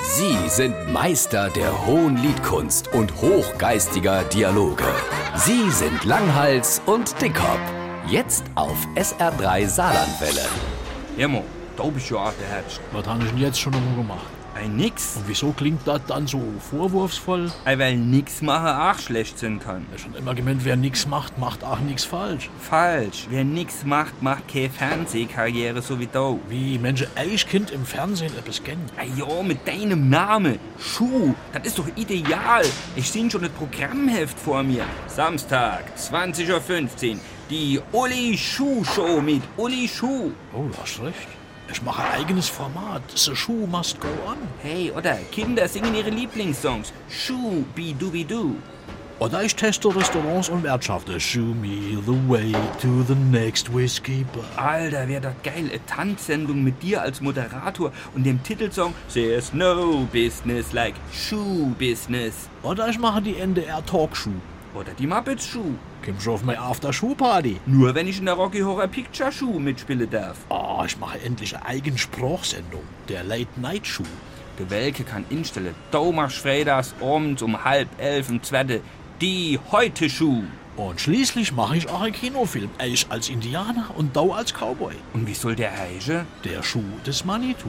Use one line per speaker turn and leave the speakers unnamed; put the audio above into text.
Sie sind Meister der hohen Liedkunst und hochgeistiger Dialoge. Sie sind Langhals und Dickhop. Jetzt auf SR3 Saarlandwelle.
Immer, da bist du auch der Herz.
Was habe ich denn jetzt schon einmal gemacht?
Ein Nix,
Und wieso klingt das dann so vorwurfsvoll?
Ei, weil nix machen auch schlecht sein kann.
Ich schon immer gemeint, wer nichts macht, macht auch nichts falsch.
Falsch, wer nix macht, macht keine Fernsehkarriere so wie du.
Wie Menschen Eichkind im Fernsehen etwas kennen.
Ei ja, mit deinem Namen, Schuh, das ist doch ideal. Ich sehe schon das Programmheft vor mir. Samstag, 20.15 Uhr, die Uli Schuh Show mit Uli Schuh.
Oh, du hast recht. Ich mache ein eigenes Format. The shoe must go on.
Hey, oder Kinder singen ihre Lieblingssongs. Schuh, bidubidu.
Oder ich teste Restaurants und Wirtschaften. Show me the way to the next whiskey bar.
Alter, wäre das geil. Eine Tanzsendung mit dir als Moderator und dem Titelsong There's no business like shoe business.
Oder ich mache die NDR Talkshow.
Oder die Muppets Shoe.
Kim schon auf meine After-Show-Party.
Nur wenn ich in der Rocky Horror Picture Show mitspielen darf.
Ah, ich mache endlich eine eigene Sprachsendung. Der Late Night Show.
Der Welke kann instelle. Thomas Schreders abends um halb elf im Zwette. Die heute Schuh.
Und schließlich mache ich auch einen Kinofilm. Ich als Indianer und Dau als Cowboy.
Und wie soll der heiße?
Der Schuh des Manitou.